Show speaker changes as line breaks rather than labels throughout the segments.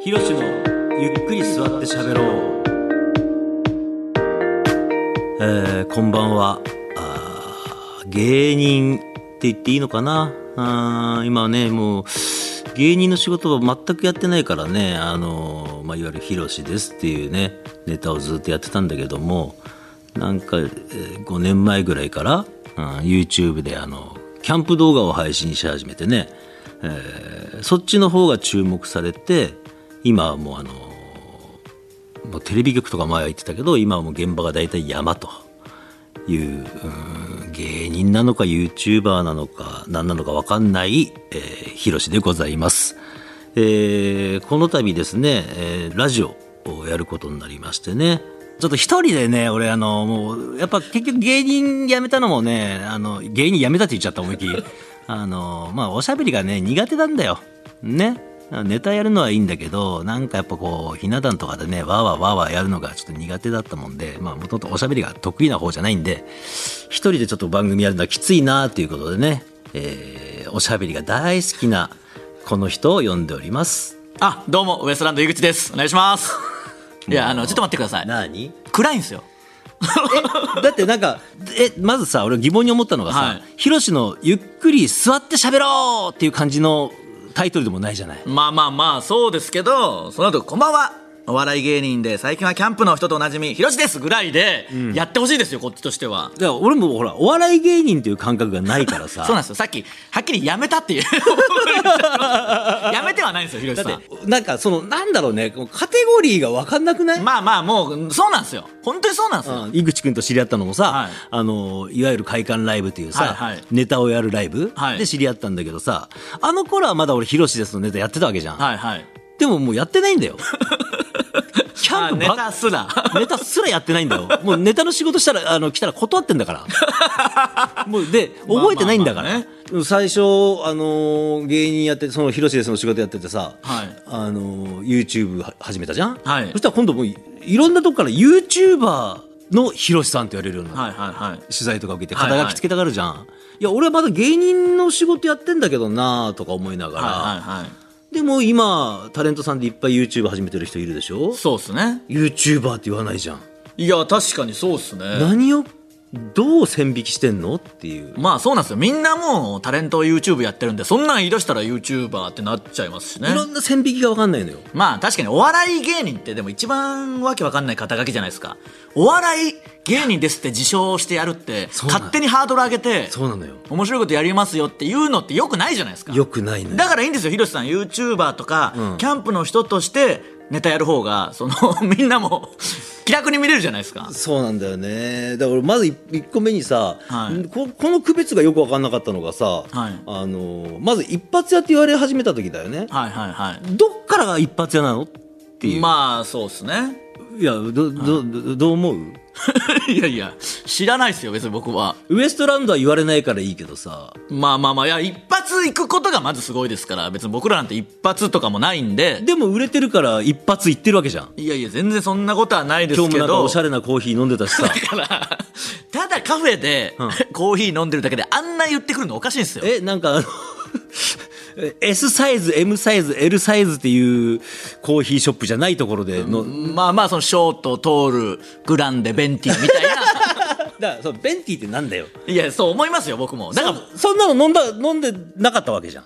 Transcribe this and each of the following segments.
ひろしのゆっくり座って喋ろう。えー、こんばんは。あー芸人って言っていいのかなあー今ね、もう、芸人の仕事は全くやってないからね、あのー、まあ、いわゆるひろしですっていうね、ネタをずっとやってたんだけども、なんか、えー5年前ぐらいから、うん、YouTube であの、キャンプ動画を配信し始めてね、えーそっちの方が注目されて、今はもうあのーもうテレビ局とか前は言ってたけど今はもう現場が大体山といううーん芸人なのか YouTuber なのか何なのか分かんない、えー、ヒロシでございます、えーこの度ですね、えーラジオをやることになりましてねちょっと一人でね、俺あの、もう、やっぱ結局芸人辞めたのもね、あの、芸人辞めたって言っちゃった思いっきり。あの、まあ、おしゃべりがね、苦手なんだよ。ね。ネタやるのはいいんだけど、なんかやっぱこう、ひな壇とかでね、わーわーわーわーやるのがちょっと苦手だったもんで、まあ、もともとおしゃべりが得意な方じゃないんで、一人でちょっと番組やるのはきついなということでね、えーおしゃべりが大好きな、この人を呼んでおります。
あ、どうも、ウエストランド井口です。お願いし ます。いや、あの、ちょっと待ってください。
なに
暗いんですよ。
だってなんか、え、まずさ、俺疑問に思ったのが
は
さ
い、
ヒロシのゆっくり座って喋ろうっていう感じのタイトルでもないじゃない。
まあまあまあ、そうですけど、その後、こんばんは。お笑い芸人で、最近はキャンプの人とおなじみ、ひろしですぐらいで、やってほしいですよ、こっちとしては。
だから俺もほら、お笑い芸人という感覚がないから さ。
そうなんですよ。さっき、はっきりやめ たっていう。やめてはないんですよ、ひろしさ
だっ
ん。
て、なんかその、なんだろうね、こうカテゴリーが分かんなくない、
まあまあ、もう、そうなんですよ。本当にそうなんですよ。
うん井口君と知り合ったのもさ、
はい
あのいわゆる会館ライブというさ、
はいはい
ネタをやるライブ
はい
で知り合ったんだけどさ、あの頃はまだ俺ヒロシですのネタやってたわけじゃん、
はいはい。
でももうやってないんだ よキャン
あ
プ
ネ
ば
タすら。
ネタすらやってないん だよ。もうネタの仕事したら、あの、来たら断ってんだ から。もう、で、覚えてないんだか
まあ
ら。
まあ
最初、あのー芸人やって、その、広瀬でその仕事やっててさ、
はい
あのー YouTube は始めたじゃん
はい
そしたら今度もうい、いろんなとこから YouTuber の広瀬さんって言われるようになって
はいはいはい。
取材とか受けて
はい
肩書きつけたがるじゃん。いや、俺はまだ芸人の仕事やってんだけどなとか思いながら。
はいはいはい。
でも今、タレントさんでいっぱい YouTube 始めてる人いるでしょ
そうっすね。
?YouTuber って言わないじゃん。
いや、確かにそうっすね。
何をどう線引きしてんのっていう
まあそうなんですよ。みんなもうタレント YouTube やってるんで、そんなん言い出したら YouTuber ってなっちゃいますしね
い。ろんな線引きが分かんないのよ
まあ確かにお笑い芸人ってでも一番わけわかんない肩書きじゃないですか。お笑い芸人ですって自称してやるって、
そうなの
勝手にハードル上げて、
そうなのよ
面白いことやりますよって言うのってよくないじゃないですか。
よくないのよ
だからいいんですよ、ヒロシさん YouTuber とか、
うん
キャンプの人としてネタやる方が、その みんなも気楽に見れるじゃないですか。
そうなんだよねだからまず1個目にさ、
はい
ここの区別がよく分かんなかったのがさ、
はい
あのまず一発屋って言われ始めた時だよね
はいはいはい。
どっからが一発屋なのっていう、
まあそうですね。
いやどどどどう思う
いやいや、知らないですよ、別に僕は。
ウエストランドは言われないからいいけどさ
まあまあまあ、いや、一発行くことがまずすごいですから、別に僕らなんて一発とかもないんで、
でも売れてるから一発言ってるわけじゃん
いやいや、全然そんなことはないです
今日
け
もなんか
ど、
おしゃれなコーヒー飲んでたしさ
だから、ただカフェで、コーヒー飲んでるだけであんな言ってくるのおかしいんですよ。
え、なんかあの、S サイズ、M サイズ、L サイズっていうコーヒーショップじゃないところでの、
まあまあ、そのショート、トール、グランデ、ベンティみ たいな。
だからそう、ベンティってなんだよ。
いや、そう思いますよ、僕も。だ
だ
か、
からら、そんなの飲んだ、飲んでなかったわけじゃん。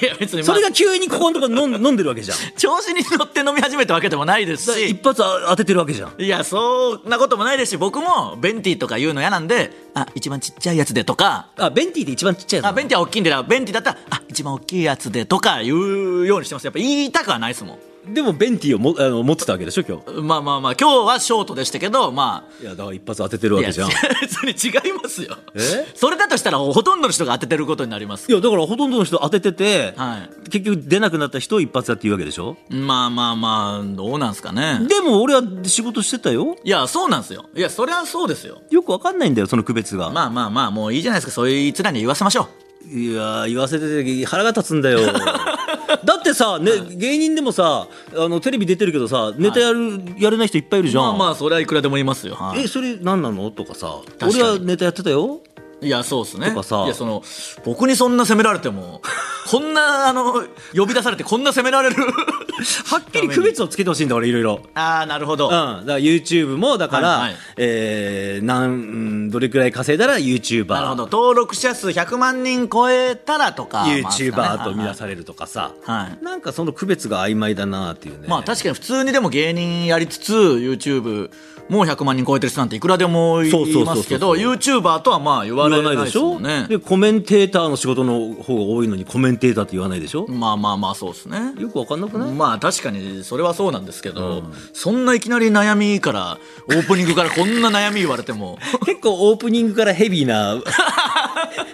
いや、別に、ま
そ
あ
れ、が急にここのところ飲ん 飲んでるわけじゃん。だ
調子に乗って飲み始めたわけでもないです
から
し
一、発当ててるわけじゃん。
いや、そんなこともないですし、僕も、ベンティとか言うの嫌なんで、あ、一番ちっちゃいやつでとか、
あ、ベンティって一番ちっちゃいやつ
あ、ベンティは大きいんでな、ベンティだったら、あ、一番大きいやつでとか言うようにしてます。やっぱ言いたくはないですもん。
でもベンティをもあの持ってたわけでしょ、今日。
まあまあまあ、今日はショートでしたけど、まあ。
いや、だから一発当ててるわ
い
け
や、
じゃん。い
別に違いますよ
え。
それだとしたら、ほとんどの人が当ててることになります。
や、だからほとんどの人当ててて、
は
結局出なくなった人を一発やって言うわけでしょ。
まあまあまあ、どうなんすかね。
でも俺は仕事してたよ。
いや、そうなんですよ。いや、そりゃそうですよ。
よくわかんないんだよ、その区別が。
まあまあまあ、もういいじゃないですか。そういういつらに言わせましょう。
いやー言わせてて腹が立つん だよだってさ、ね芸人でもさあのテレビ出てるけどさネタやる、やれない人いっぱいいるじゃん、
まあまあ、それはいくらでもいますよ。はい
えそれ何なのとかさ
かに
俺はネタやってたよ
いや、そうですね。
とかさ
いや、その、 僕にそんな責められても、こんな、あの、呼び出されてこんな責められる
はっきり区別をつけてほしいんだ俺いろいろ。
ああなるほど、
うん、だから YouTube もだから、
はいはい
えーなんうんどれくらい稼いだら YouTuber
なるほど登録者数100万人超えたらとかまあですかね
YouTuber と見なされるとかさ、
はい
なんかその区別が曖昧だなっていうね
まあ確かに普通にでも芸人やりつつ YouTube もう100万人超えてる人なんていくらでもい
そうそうそうそう
ますけど YouTuber とはまあ言われ
言
な
わ
い
ないで
で
すしょ
もんね
でコメンテーターの仕事の方が多いのにコメンテーターって言わないでしょ、
まあまあまあそうですね
よくわかんなくない、
まあ確かにそれはそうなんですけど、そんないきなり悩みからオープニングからこんな悩み言われても
結構オープニングからヘビーな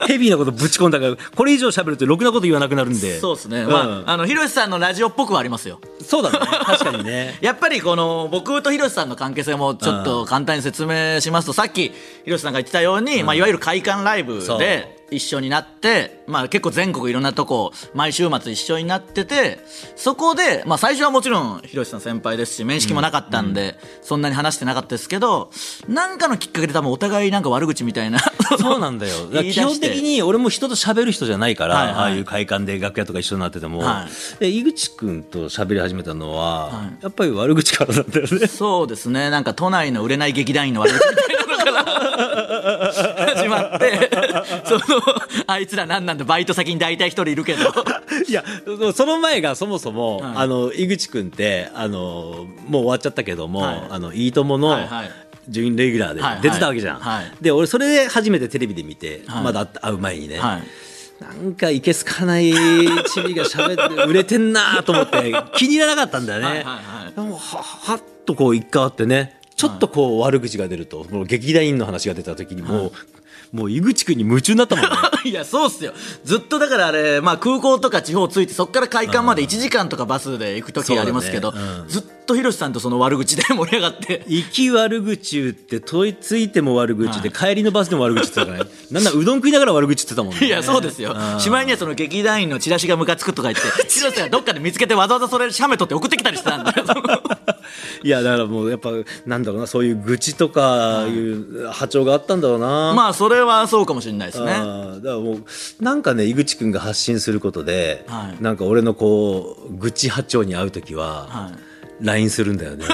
ヘビーなことぶち込んだからこれ以上喋るとろくなこと言わなくなるんで
そうですね、
ん
まああのひろしさんのラジオっぽくはありますよ
そうだね 確かにね
やっぱりこの僕とひろしさんの関係性もちょっと簡単に説明しますと、さっきひろしさんが言ってたように、まあ、いわゆる会館ライブ
そう
で一緒になって、まあ、結構全国いろんなとこ毎週末一緒になっててそこで、まあ、最初はもちろんひろしさん先輩ですし面識もなかったんで、そんなに話してなかったですけどなんかのきっかけで多分お互いなんか悪口みたいな
そうなんだ よ。だから
言
基
い出し
本
て
的に俺も人と喋る人じゃないから、
はいはい
ああいう会館で楽屋とか一緒になってても、
は
で井口くんと喋り始めたのは、
はい
やっぱり悪口からだったよね。
そうですねなんか都内の売れない劇団員の悪口みたいなのから始まってそのあいつらなんなんだバイト先に大体一人いるけど
いや、その前がそもそも、
い
あの、井口くんって、あの、もう終わっちゃったけども、
はい
あの、いいともの、
はいはい
準レギュラ
はい
ー
はい
で出てたわけじゃん、
はい
で俺それで初めてテレビで見て、
はい
まだ会う前にね、
はい
なんかいけすかないチビが喋って売れてんなと思っ て気に入らなかったんだよね、
はいはいはい
でもははっとこう一回あってねちょっとこう悪口が出ると、もう劇団員の話が出た時にもう、もう井口くんに夢中になったもんね
いやそうっすよずっとだからあれ、まあ、空港とか地方着いてそっから会館まで1時間とかバスで行く時ありますけど、
そうだねうん
ずっとひろしさんとその悪口で盛り上がって
行き悪口言って問いついても悪口で、帰りのバスでも悪口言ってたからね なんだうどん食いながら悪口言ってたもんね
いやそうですよしまいにはその劇団員のチラシがムカつくとか言 ってひろしさんがどっかで見つけてわざわざそれ写メ撮って送ってきたりしてたん だよ
いやだからもうやっぱなんだろうなそういう愚痴とかいう波長があったんだろうな、
まあそれはそうかもしれないですね
あーだからもうなんかね井口君が発信することで、
はい
なんか俺のこう愚痴波長に会う時は、
は
LINE するんだよ ね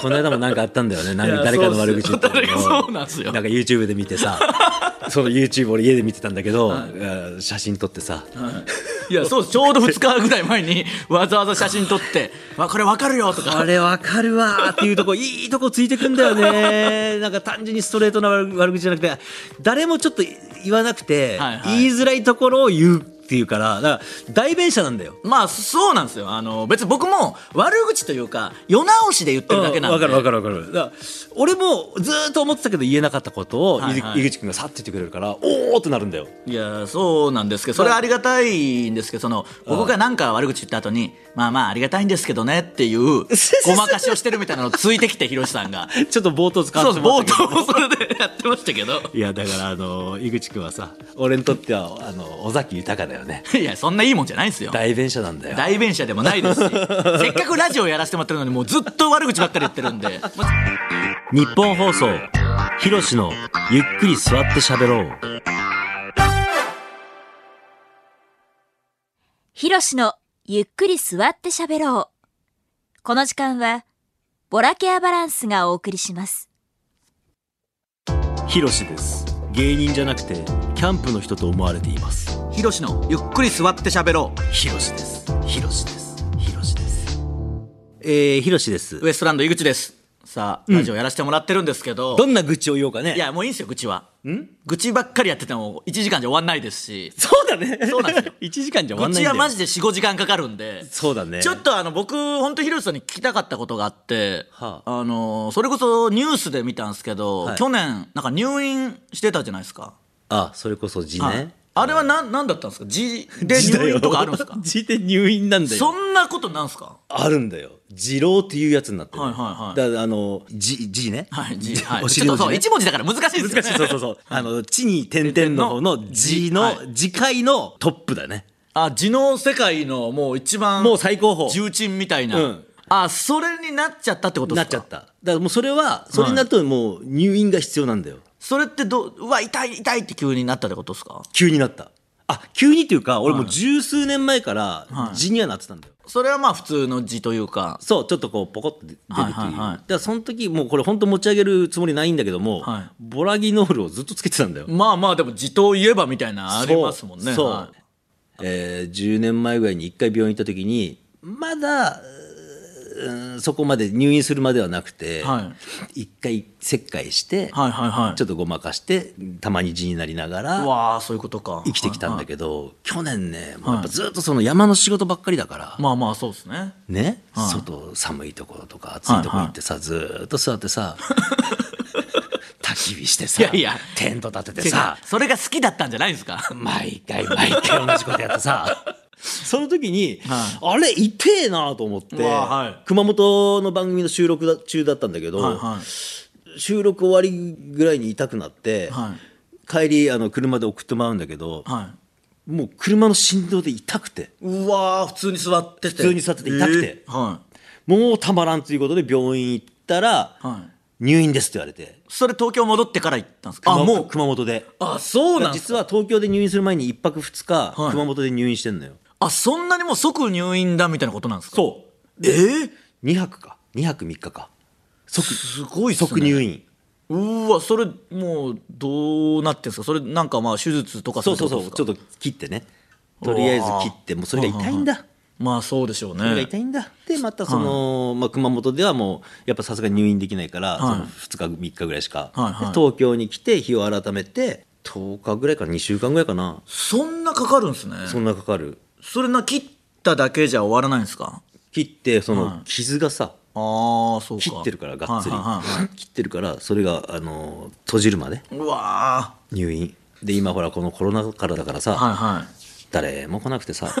この間もなんかあったんだよねなん
いや
か誰かの悪口言って
そうっすよ
の
そうなんすよ
なんか YouTube で見てさ その YouTube 俺家で見てたんだけど、あー写真撮ってさ、
いやそうですちょうど2日ぐらい前にわざわざ写真撮って「わこれわかるよ」と
あ
か
れわかるわーっていうとこ、いいとこついてくんだよ ね。なんか単純にストレートな悪悪口じゃなくて、誰もちょっと言わなくて、
はいはい
言いづらいところを言うっていうから、だから代弁者なんだよ。
まあそうなんですよあの別に僕も悪口というか世直しで言ってるだけなんで
わかるわかるわかる。だから俺もずーっと思ってたけど言えなかったことを、
はいはい
井口くんがさって言ってくれるから、おーってなるんだよ。
いやそうなんですけどそれはありがたいんですけどその僕がなんか悪口言った後に「まあまあありがたいんですけどね」って いうごまかしをしてるみたいなのをついてきてひろしさんが
ちょっと冒頭使
そ
わ
う
せ
そう
てもら
冒
ったけど。
頭もそれでやってましたけど
いや、だから、あの、井口くんはさ、俺にとっては、あの、尾崎豊だよね。
いやそんないいもんじゃないですよ
代弁者なんだよ。
代弁者でもないですしせっかくラジオやらせてもらってるのにもうずっと悪口ばっかり言ってるんでもう
日本放送、ひろしのゆっくり座って喋ろう。
ひろしのゆっくり座って喋ろう。この時間は、ボラケアバランスがお送りします。
ひろしです。芸人じゃなくて、キャンプの人と思われています。
ひろしのゆっくり座って喋ろう
ひろしです。ひろしです。ひろしです。えー、ひろしです
ウ。エストランド井口ですさあラジオやらせてもらってるんですけど、
どんな愚痴を言おうかね。
い、やもういいんですよ愚痴は愚痴ばっかりやってても1時間じゃ終わんないですし
そうだね。
そうなんですよ
一時間じゃ終わ
愚
んないんだ
痴
よ。
はマジで45時間かかるんで
そうだね。
ちょっとあの僕本当ひろしさんに聞きたかったことがあって、
は
あ、のそれこそニュースで見たんですけど、
はい
去年なんか入院してたじゃないですか、
あ、それこそ字
はい
ね。
あれは何だったんですか 字で
字だよ
入院とかあるんですか
字で入院なんだよ。
そんなことなんすか
あるんだよ。二郎っていうやつになってる。
はいはいはい
だからあの、字、字ね。
はい、字、は い。
お
ち
尻の
ょっ
字
とそう、
ね
一文字だから難しいです
難
よね。
しい、そうそうそう。あの、地に点々の方の字の
は、
字界のトップだね。
あ、字の世界のもう一番、
もう最高峰。
重鎮みたいな。
うん
あ、それになっちゃったってことで
な
す
っ
か
ちゃった。だからもうそれは、それになるともう入院が必要なんだよ。
それってどう、うわ、痛い、痛いって急になったってことですか
急になった。あ、急にっていうか、俺もう十数年前から
はい
字にはなってたんだよ。
それはまあ普通の字というか、
そう、ちょっとこう、ポコッと出るという。
はいはいはい
だからその時、もうこれ本当持ち上げるつもりないんだけども、
はい
ボラギノールをずっとつけてたんだよ。
まあまあでも字といえばみたいなのありますもんね。
そう。
はい
えー10年前ぐらいに1回病院行った時に、まだ、うーんそこまで入院するまではなくて、
は
一回切開して、
はいはいはい。
ちょっとごまかしてたまに字になりなが
う
ら
わあそういうことか。
生きてきたん
は
だ
い
けど、去年ねもうやっぱずっとその山の仕事ばっかりだから、
はいまあまあそうですね。
ね、
はい
外寒いところとか暑いところ行ってさ、ずーっと座って さ焚き火してさ
いやいや
テント立てて
違う
さ
それが好きだったんじゃないですか。
毎回毎回同じことやってさその時に、
は
あれ痛えなと思って、
うわはい
熊本の番組の収録だ中だったんだけど、
はいは
収録終わりぐらいに痛くなって、
いは
帰りあの車で送ってもらうんだけど、
いはい。
もう車の振動で痛くて
うわー普通に座ってて
普通に座ってて痛くて
えーは
もうたまらんということで病院行ったら、
いはい
入院ですって言われて
それ東京戻ってから行ったんですか
熊
あもう
熊本で
あそうなんです
実は東京で入院する前に1泊2日、
はい
熊本で入院してんのよ
あそんなにもう即入院だみたいなことなんですか
そうええ2泊か2泊3日か即
すごいっすね
即入院
うーわそれもうどうなってんですかそれなんかまあ手術とか
そうそうそうちょっ
と
と切ってねとりあえず切ってもうそれが痛いんだ
まあそうでしょう
それが
ね
痛いんだでまたその、まあ、熊本ではもうやっぱさすがに入院できないから、
はい
その2日3日ぐらいしか、
はいはい
で東京に来て日を改めて10日ぐらいから2週間ぐらいかな、
そんなかかるんですね
そんなかかる
それな切っただけじゃ終わらないんですか
切ってそ
はい
の傷がさ、
ああそうか
切ってるからがっつり、
はいはいはいは
切ってるからそれが、あのー閉じるまで
いうわ
入院で今ほらこのコロナ禍からだからさ、
ーはいはい
誰も来なくてさ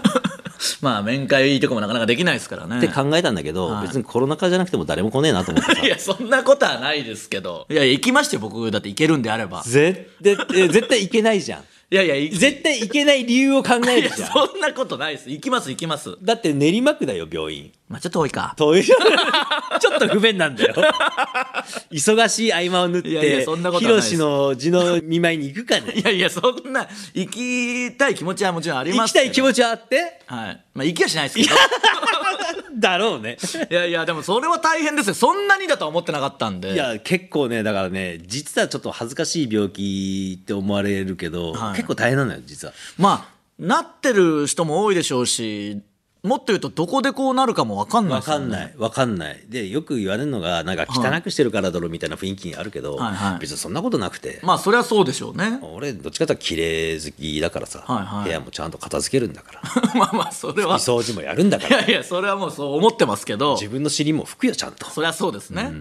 まあ面会とかもなかなかできないですからね
って考えたんだけど、
はい
別にコロナ禍じゃなくても誰も来ねえなと思ってさ
いや、そんなことはないですけど。いや、行きましたよ、僕。だって行けるんであれば。
絶対え絶対いけないじゃん
いやいや、い
絶対いけない理由を考え
い
る
や
じゃん
そんなことないです。行きます、行きます。
だって練馬区だよ病院
まあ、ちょっと多いか。
遠いちょ っと不便なんだよ忙しい合間を縫って
いやいやそんなことはないです
ヒロシの字の見舞いに行くかね
いやいや、そんな、行きたい気持ちはもちろんあり
行
ま
き
す
たい気
ち。
持ちはあ って
はい。まあ、行きはしないですけど。
だろうね
いやいや、でもそれは大変ですよ。そんなにだとは思ってなかったんで。
いや結構ねだからね実はちょっと恥ずかしい病気って思われるけど、
はい
結構大変なのよ実は
まあ、なってる人も多いでしょうし、もっと言うと、どこでこうなるかもわかんな
分
いですよ
か
ね
んない分かんないでよく言われるのがなんか汚くしてるからだろみたいな雰囲気あるけど、
はいはい
別にそんなことなくて、
まあ、そりゃそうでしょう ね。
俺どっちかというと綺麗好きだからさ、
はいはい
部屋もちゃんと片付けるんだ から
まあまあ、それは。
掃除もやるんだか
い
ら
やいや、それはもうそう思ってますけど。
自分の尻も拭くよちゃんと
そりゃそうですね、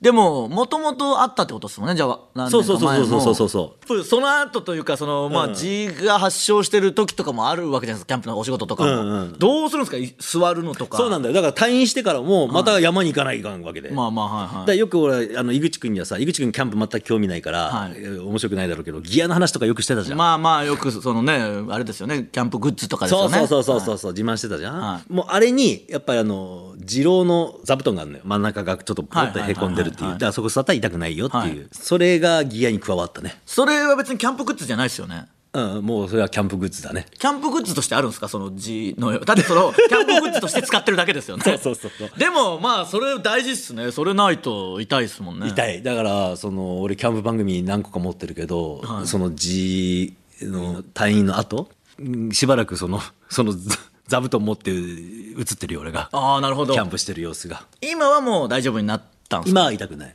でももともとあったってことですもんねじゃあ何
そう
年か
そ
前
うそうそうそうそうそう
その後というかそのまあ字が発症してる時とかもあるわけじゃないですかキャンプのお仕事とかも、
うんうん
どうするんですかい座るのとか
そうなんだよだから退院してからもまた山に行かないかんわけで、
まあまあは
だか
いはい
らよく俺あの井口君にはさ井口君キャンプ全く興味ないから、
はい
えー面白くないだろうけどギアの話とかよくしてたじゃん、
まあまあよくそのねあれですよねキャンプグッズとかです
そ
よ
う
ね
そうそうそうそうそう、自慢してたじゃん、
は
もうあれにやっぱりあの二郎の座布団があるのよ真ん中がちょっとポロッとへこんでるってい
はいはいはいはいう
だからそこ座ったら痛くないよっていう、
はい
それがギアに加わったね
それは別にキャンプグッズじゃないですよね
うんもうそれはキャンプグッズだね
キャンプグッズとしてあるんですかその字のよだってそ のキャンプグッズとして使ってるだけですよね
そうそうそうそう
でもまあそれ大事っすねそれないと痛いっすもんね
痛いだからその俺キャンプ番組何個か持ってるけど、その G の隊員の後うんしばらくそのその座座布団持って映ってるよ俺が
ああなるほど
キャンプしてる様子が
今はもう大丈夫になったんですか
今は痛くない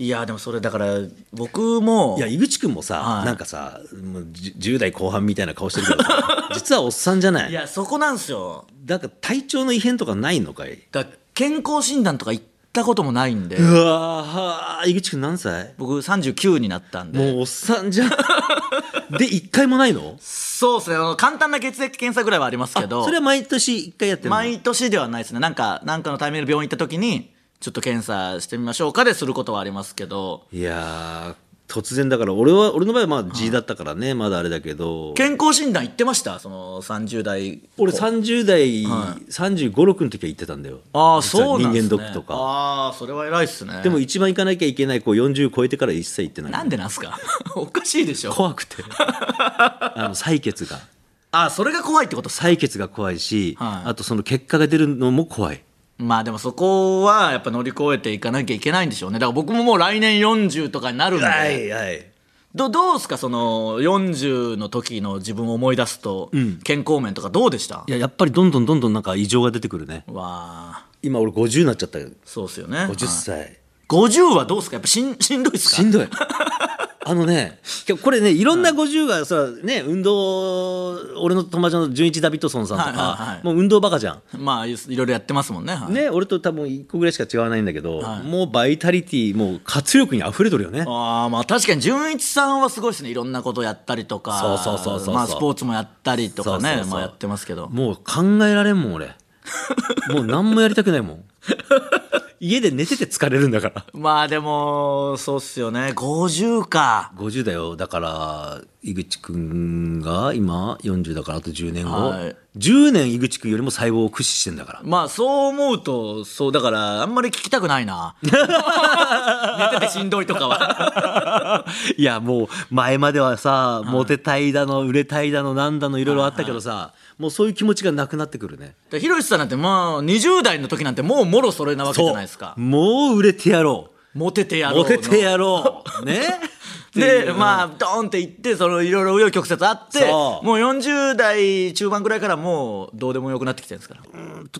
いやでもそれだから僕も
いや井口君もさ、
はい
なんかさもうじゅ 10, 代後半みたいな顔してるけど さ実はおっさんじゃない
いやそこなんですよ
なんか体調の異変とかないのかい
だから健康診断とか行ったこともないんで
うわー井口君何歳
僕39になったんで
もうおっさん じゃんで一回もないの
そうですねあの簡単な血液検査ぐらいはありますけど
それは毎年一回やってるの
毎年ではないですねなんかなんかのタイミングで病院行った時にちょっと検査してみましょうかですることはありますけど
いやー突然だから俺は俺の場合はまあ G だったからね、まだあれだけど
健康診断行ってましたその30代
俺30代、
は
3 5 6の時は行ってたんだよ
ああ
実は
そうなんですね
人間ドックとか
ああそれは偉いっすね
でも一番行かなきゃいけないこう40超えてから一 切行ってない
なんでなんすかおかしいでしょ
怖くてあの採血が
あそれが怖いってことさ
採血が怖いし、
はい
あとその結果が出るのも怖い。
まあでもそこはやっぱ乗り越えていかなきゃいけないんでしょうねだから僕ももう来年40とかになるんで、
はい。
どどうですかその40の時の自分を思い出すと、健康面とかどうでした
いや、やっぱりどんどんどんどんなんか異常が出てくるね。
わあ
今俺50になっちゃったけど、
そうですよね
50
はい
歳。
50はどうですかやっぱしんしんどいですか
しんどい。あのね、今日これね、いろんな50がさ、ね、運動、俺の友達の純一ダビッドソンさんとか、
はいはいはい
もう運動バカじゃん。
まあいろいろやってますもんね,、はい、
ね、俺と多分1個ぐらいしか違わないんだけど、
はい
もうバイタリティ、もう活力に溢れとるよね。
あーまあ確かに純一さんはすごいですねいろんなことやったりとか
そうそうそうそうそう
まあ、スポーツもやったりと
そう
かね
そうそう
まあ、やってますけど
もう考えられんも ん、俺。もう何もやりたくないもん。家で寝てて疲れるんだから。
まあでもそうっすよね50か
50だよ。だから、井口くんが今40だからあと10年後。
はい
10年井口くんよりも細胞を駆使してんだから。
まあそう思うとそうだからあんまり聞きたくな いな寝ててしんどいとかはい
や、もう前まではさ、モテたいだの、売れたいだの、なんだの、いろいろあったけどさ、もうそういう気持ちがなくなってくるね。
でひろしさんなんてまあ20代の時なんてもうもろそれなわけじゃないですか
もう売れてやろ
モテてや
う。
ろう
モ
の
テてやろ う。ね。
で、まあ、ドーンって行って、その、いろいろ紆余曲折あって、も
そう
う40代中盤ぐらいからもう、どうでもよくなってきてるんですから。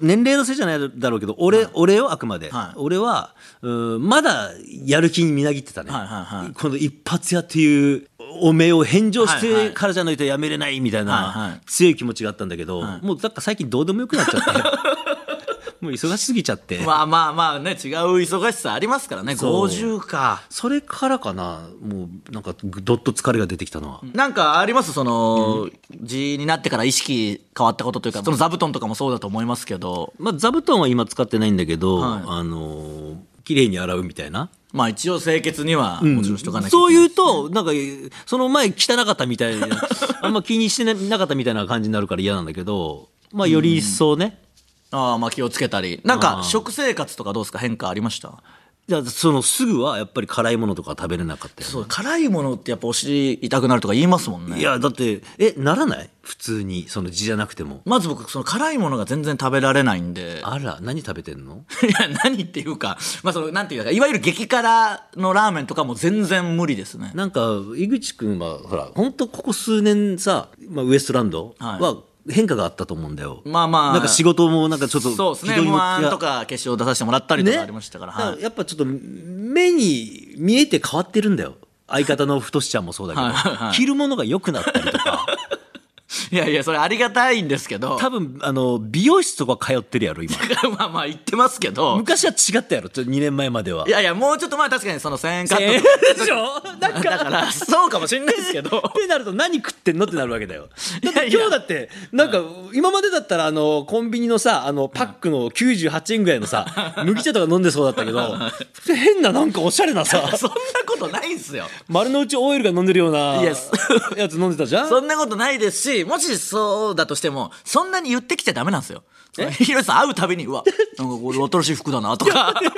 年齢のせいじゃないだろうけど俺,、俺よあくまで、
はい
俺はうーんまだやる気にみなぎってたね、
はいはいは
この一発屋っていうおめを返上し
はいは
て
い
からじゃないとやめれないみたい
はいは
ない強い気持ちがあったんだけど、
はい
もうなんか最近どうでもよくなっちゃって もう忙しすぎちゃって、
まあまあまあね、違う忙しさありますからね、
そう
50か。
それからかなもうなんかどっと疲れが出てきたのは、
なんかありますその、字になってから意識変わったことというか、その座布団とかもそうだと思いますけど、
まあ、座布団は今使ってないんだけど、
はい
あのー綺麗に洗うみたいな
まあ一応清潔には、もちろんしとかなきゃいけない。
そう言うと、なんか、その前汚かったみたいな、 あんま気にしてなかったみたいな感じになるから嫌なんだけど、まあ、より一層ね、
ああ、まあ気をつけたり。なんか、食生活とかどうですか変化ありました
じゃあそのすぐはやっぱり辛いものとか食べれなかったよね、
そう、辛いものってやっぱお尻痛くなるとか言いますもんね。
いや、だって、え、ならない普通に、その字じゃなくても。
まず僕、その辛いものが全然食べられないんで。
あら、何食べてんの
いや、何っていうか、まあその、なんていうか、いわゆる激辛のラーメンとかも全然無理ですね。
なんか、井口くんは、ほら、ほんとここ数年さ、まあ、ウエストランド
はい
は変化があったと思うんだよ。
まあまあ。
なんか仕事もなんかちょっと、
そうですね。
軌道に乗
M1
っ
とか決勝出させてもらったりとかありましたから。
だ
はい
やっぱちょっと目に見えて変わってるんだよ相方の太ちゃんもそうだけど、
はいはいはい
着るものが良くなったりとか
いやいや、それありがたいんですけど。
多分あの美容室とか通ってるやろ今
まあまあ言ってますけ ど。
昔は違ったやろちょっと2年前まではい
やいや、もうちょっと前確かにその1000円カ
え
ッ
ー
トと
でしょなんか
か。だから、 そうかもしれないですけど。
ってなると何食ってんのってなるわけだよ。だって
いやいや
今日だって、なんか、今までだったら、あの、コンビニのさ、あの、パックの98円ぐらいのさ、麦茶とか飲んでそうだったけど、変ななんかおしゃれなさ、
そんなことないんすよ。
丸の内オイルが飲んでるような、
いや
や
そ
つ飲んでたじ ゃん
そんなことないですし、もしそうだとしても、そんなに言ってきちゃダメなんですよ。ヒロシさん会うたびに、うわ、なんかこれ新しい服だなとか。違い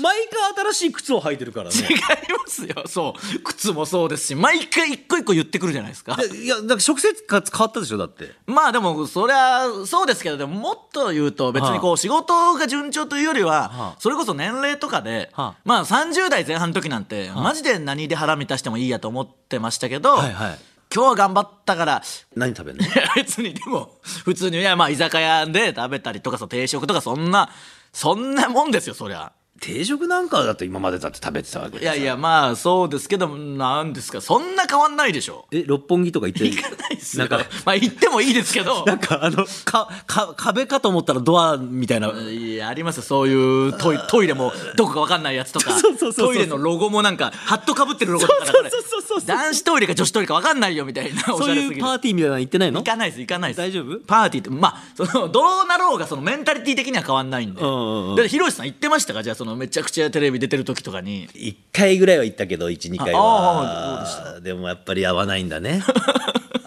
毎回新しい靴を履いてるからね。
ますよ。そう。靴もそうですし、毎回一個一個言ってくるじゃないですか。
いや、だから食生活変わったでしょ、だって。
まあでも、そりゃ、そうですけど、でももっと言うと、別にこう、仕事が順調というよりは
は、
それこそ年齢とかで、
はあ
まあ30代前半の時なんて、マジで何で腹満たしてもいいやと思ってましたけど、
はいはい
今日は頑張ったから、
何食べんの
いや 別にでも普通にいやまあ居酒屋で食べたりとかそう定食とかそんなそんなもんですよそりゃ
定食なんかだって今までだって食べてたわけ
いやい。やまあそうですけどなんですかそんな変わんないでしょ
え、六本木とか行って
行かないっす
な
よ
んか、
まあ行ってもいいですけど
なんかあの、か、か、壁かと思ったらドアみ たいな。
いやありますよそういうトイトイレもどこかわかんないやつとか
そうそうそうそう
トイレのロゴもなんかハットかぶってるロゴとかだから
そうそうそうそうそう
男子トイレか女子トイレかわかんないよみたいなお
そ
し
う
ゃれす
い
ぎ
う
る
パーティーみたいなの行ってないの
行かないです行かないです
大丈夫
パーティーってまあそのどうなろうがそのメンタリティ的には変わんないんで、
うんうんうん
だってひろしさん言ってましたかじゃあそのめちゃくちゃテレビ出てる時とかに
一回ぐらいは行ったけど、一、二回
ああああ
は。でもやっぱり合わないんだね。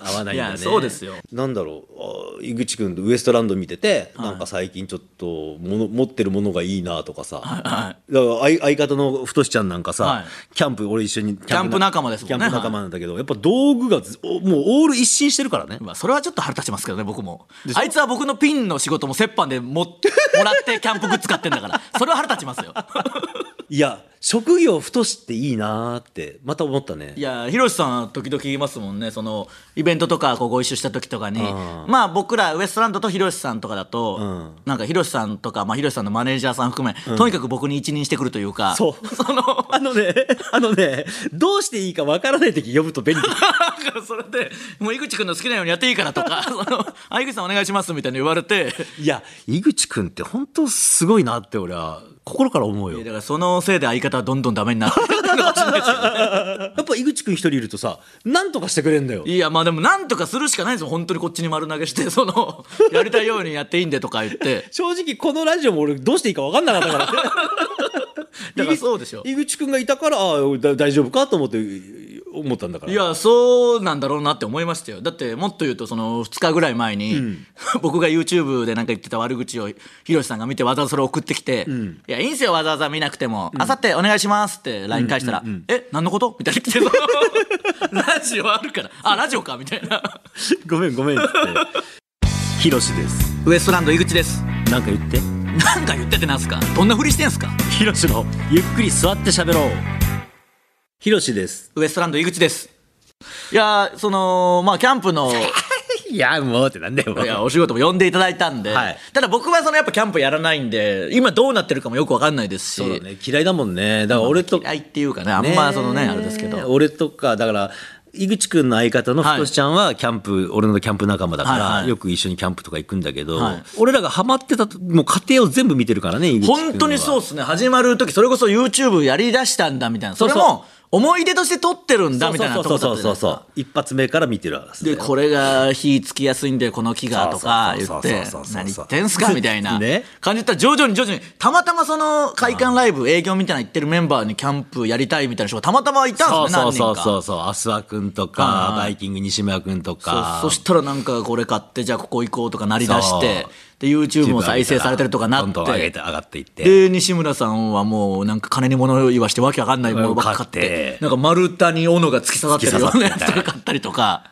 合わないいんだ
や
ね
そうですよ
なんだろうあ井口君とウエストランド見てて、
はい
なんか最近ちょっともの持ってるものがいいなとかさ、
はい
だから相相方の太ちゃんなんかさ、
はい
キャンプ俺一緒にキ
キャンプ仲間ですもんね
キャンプ仲間なんだけど、やっぱ道具がずおもうオール一新してるからね
まあ、それはちょっと腹立ちますけどね僕もあいつは僕のピンの仕事も折半でももらってキャンプグッズ買ってんだ からそれは腹立ちますよ
いや職業太っていいなーってまた思ったね
いやひろしさん時々言いますもんねそのイベントとかこうご一緒した時とかに
あ
まあ僕らウエストランドとひろしさんとかだと、
ん
なんかひろしさんとか、まあ、ひろしさんのマネージャーさん含め、とにかく僕に一任してくるというか
そう
その
あのねあのねどうしていいかわからない時呼ぶと便利
だからそれでもう井口君の好きなようにやっていいからとかそのあ井口さんお願いしますみたいに言われて
いや井口君って本当すごいなって俺は心から思うよ
だからそのせいで相方はどんどんダメに なってるかもしれないですけど
やっぱ井口君一人いるとさなんとかしてくれんだよ
いやまあでもなんとかするしかないですよ本当にこっちに丸投げ してそのやりたいようにやっていいんでとか言って
正直このラジオも俺どうしていいか分かんなかった からね
だからそうでしょ
井口君がいたからああだ大丈夫かと思って思ったんだから
いやそうなんだろうなって思いましたよだってもっと言うとその2日ぐらい前に、 僕が YouTube でなんか言ってた悪口をひろしさんが見てわざわざそれ送ってきて「いやいいんすよわざわざ見なくてもあさってお願いします」って LINE 返したら「え何のこと?」みたいに来てその ラジオあるから「あラジオか」みたいな
ごめんごめんっつって「ひろしです
ウエストランド井口です」
なんか言って
なんか言っててなんすかどんなふりしてんすか
「ひろしのゆっくり座って喋ろう」「ひろしです
ウエストランド井口です。いやーそのまあキャン プの」
いやもうってなんだよ
いやお仕事も呼んでいただいたんで、
はい
ただ僕はそのやっぱキャンプやらないんで今どうなってるかもよくわかんないですし、
そうだね嫌いだもんねだから俺と
嫌いっていうかねあんまそのねあれですけど
俺とかだから井口くんの相方の
はい
太ちゃんはキャンプ、俺のキャンプ仲間だから、
はいはい
よく一緒にキャンプとか行くんだけど、
はい
俺らがハマってたともう家庭を全部見てるからね井口くんは
本当にそうっすね始まる時それこそ YouTube やりだしたんだみたいなそれ
そうそ
も思い出として撮ってるんだみたいなと
そ
こ
う
だ
そ
っ
う
た
そうそうそう一発目から見てるわけだ
で
よ
これが火つきやすいんでこの木がとか言
そう
っ
そうそうそうそ
て
うそう
何言ってんすかみたいな
ね
感じだったら徐々に徐々にたまたまその会館ライブ営業みたいなの行ってるメンバーにキャンプやりたいみたいな人がたまたまいた
そ
ん
う
ですね
そう
何
そ
人
うそう
か
そう阿諏訪君と
はい
か
はい
バイキング西村君とか
そうそしたらなんかこれ買ってじゃあここ行こうとかなりだして
そう
で YouTube も再生されてるとかな
どんど
っ
ん上げ
て
て上がっていって
で西村さんはもうなんか金に物言わしてわけわかんないものばっか買っ
買って
てなんか丸太に斧が突き刺さってるようなやつとか買ったりとか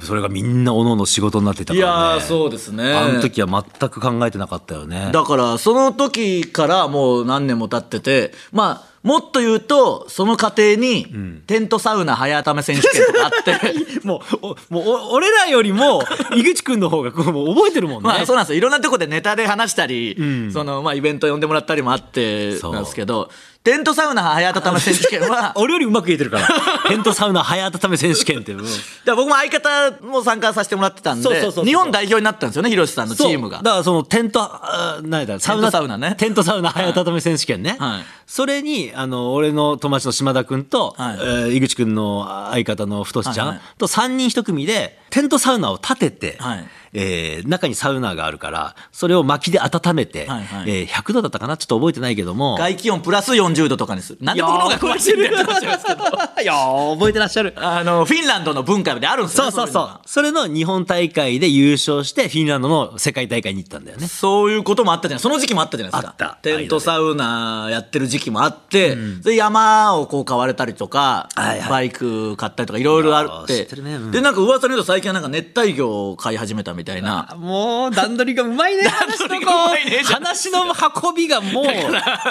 それがみんなおのの仕事になってた
い
から、ね、
やーそうですね
あの時は全く考えてなかったよね
だからその時からもう何年も経っててまあもっと言うとその過程にテントサウナ早ため選手権とかあ って、
もうおもうお俺らよりも井口くんの方がこうもう覚えてるもんね、
まあそうなんですよいろんなとこでネタで話したり、そのまあイベント呼んでもらったりもあって
そう
なんですけどテントサウナ早ため選手権 は
俺よりうまく言えてる から「テントサウナ早温め選手権」ってもう
だから僕も相方も参加させてもらってたんで
そうそうそうそう
日本代表になったんですよね広瀬さんのチーム
そ
が
うだからそのテントあー何だサウナ
テントサウナね
テントサウナ早温め選手権ね、
はい
それにあの俺の友達の島田君と、
はい
えー井口君の相方の太ちゃん、
はいはい
と3人1組でテントサウナを立てて、
はい
えー中にサウナがあるからそれを薪で温めて、
はいはい
えー100度だったかなちょっと覚えてないけども
外気温プラス40度とかにするなんで僕の方が詳しいんだよって話なんですけど
いやー覚えてらっしゃる
あのフィンランドの文化であるんです
そ
よね
うそう
い
そ
のが
う。それの日本大会で優勝して、フィンランドの世界大会に行ったんだよ ね。
そういうこともあったじゃないその時期もあったじゃないですか
あった
テントサウナやってる時期もあって、で山をこう買われたりとか、
はいはい
バイク買ったりとかいろいろあっ
いやー知
て
ってるねうん
でなんか噂によると最近はなんか熱帯魚を飼い始めたみたいな
もう、 段取りがうまいね、話の
段取りがうまいねじゃ
話の運びがも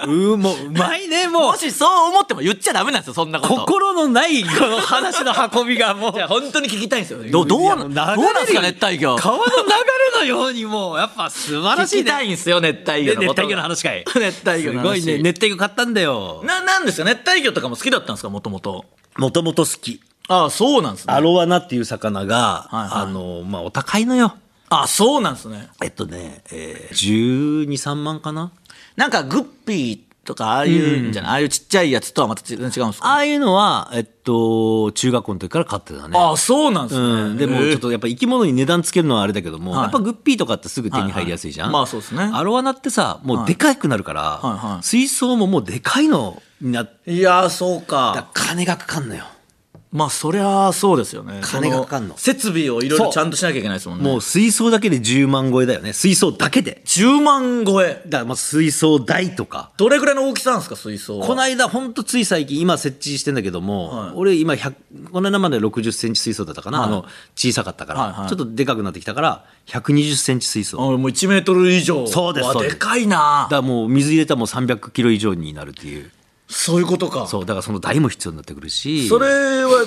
う、うもう、うまいね、 もう
も。しそう思っても言っちゃダメなんですよそんなこと
心のない、この話の運びが もう。
いや本当に聞きたいんですよどどうなどう
いや
な
も流れる
んですか熱帯魚
川の流れのようにもう、やっぱ素晴ら
聞
しい
きた
ね。
いんですよ熱帯
ね
魚のこ
熱
と
帯魚の話かい。
熱帯魚の
すご
話
いね、熱帯魚買ったんだよ。
ななんですか熱帯魚とかも好きだったんですかもともと
もともと好き。
ああそうなんですね
アロワナっていう魚が、
はいはい
あの、まあ、お高いのよ。
ああそうなんですね
えっとね、えー、12、3万かな
なんかグッピーとかああいうんじゃない、ああいうちっちゃいやつとはまた全然違うんですか
ああいうのは、えっと、中学校の時から飼ってたね。
ああそうなんですね、
うん、でもちょっとやっぱ生き物に値段つけるのはあれだけども、
はい
やっぱグッピーとかってすぐ手に入りやすいじゃん、
はいはいまあそうですね
アロワナってさもうでかくなるから、
はいはい
水槽ももうでかいのになっ
いやーそう
たら
か
金がかかんのよ
まあそりゃそうですよね
金がかかんの
そ設備をいろい
そ
ろ
う
ちゃんとしなきゃいけないですもんね
もう水槽だけで10万超えだよね。水槽だけで。
10万超え
だからまあ水槽台とか。
どれぐらいの大きさなんですか水槽は
この間、ほんとつい最近、今設置してんだけども、
はい
俺今100、この間まで60センチ水槽だったかな、
はい
あの、小さかったから、
はいはい
ちょっとでかくなってきたから、120センチ水槽。
あもう1メートル以上
そうです
わ
そうで
ですかいな
だからもう水入れたらもう300キロ以上になるっていう。
そういうことか
そう、だからその台も必要になってくるし。
それは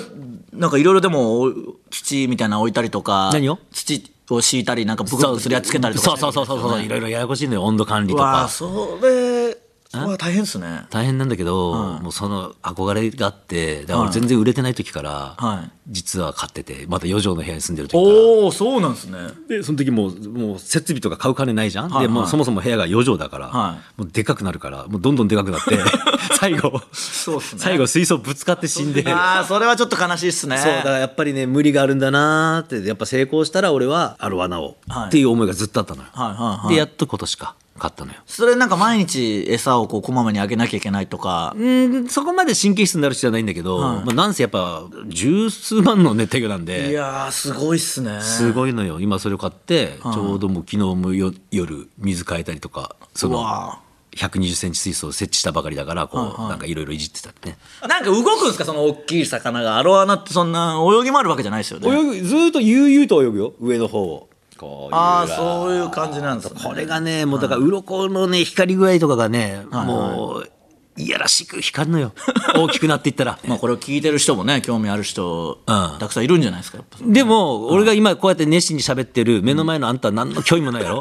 なんかいろいろでもお土みたいなの置いたりとか
何を
土を敷いたりなんかブクブクするやつつけたりとか
そうそうそうそうそう、いろいろややこしいのよ、温度管理
う
と
わあ
か。
それは大変ですね
大変なんだけど、もうその憧れがあって、だから俺全然売れてない時から、
はい
実は買ってて、また4畳の部屋に住んでる時から。
おおそうなんですね
でその時もうもう設備とか買う金ないじゃん、
はい
でも
は
う
い
そもそも部屋が4畳だから、
は
もうでかくなるからもうどんどんでかくなって 最後
そうっすね
最後水槽ぶつかって死んでそう
ああそれはちょっと悲しいっすね
だからやっぱりね無理があるんだなーってやっぱ成功したら俺はある罠を、
はい
っていう思いがずっとあったのよ、
はいはいはい
でやっと今年か買ったのよ
それなんか毎日餌をこうこまめにあげなきゃいけないとか
うんそこまで神経質になる必要はないんだけど、
は
ま
い
あ、なんせやっぱ十数万のね手具なんで
いやーすごいっすね
すごいのよ今それを買って、ちょうどもう昨日もよ夜水変えたりとかそうの
わ
1 2 0ンチ水槽を設置したばかりだからこう、なんかいろいろいじってたね
ーなんか動くんですかその大きい魚がアロアナってそんな泳ぎ回るわけじゃないですよね
泳ぐずーっと悠々と泳ぐよ上の方をこう
ああ
ゆら
そういう感じなんですね
これがねもうだから鱗のね光り具合とかがね、もういやらしく光る のよ大きくなっていったら、
まあこれを聞いてる人もね興味ある人
うん
たくさんいるんじゃないですかやっぱ
でも俺が今こうやって熱心に喋ってる目の前のあんたは何の興味もないやろ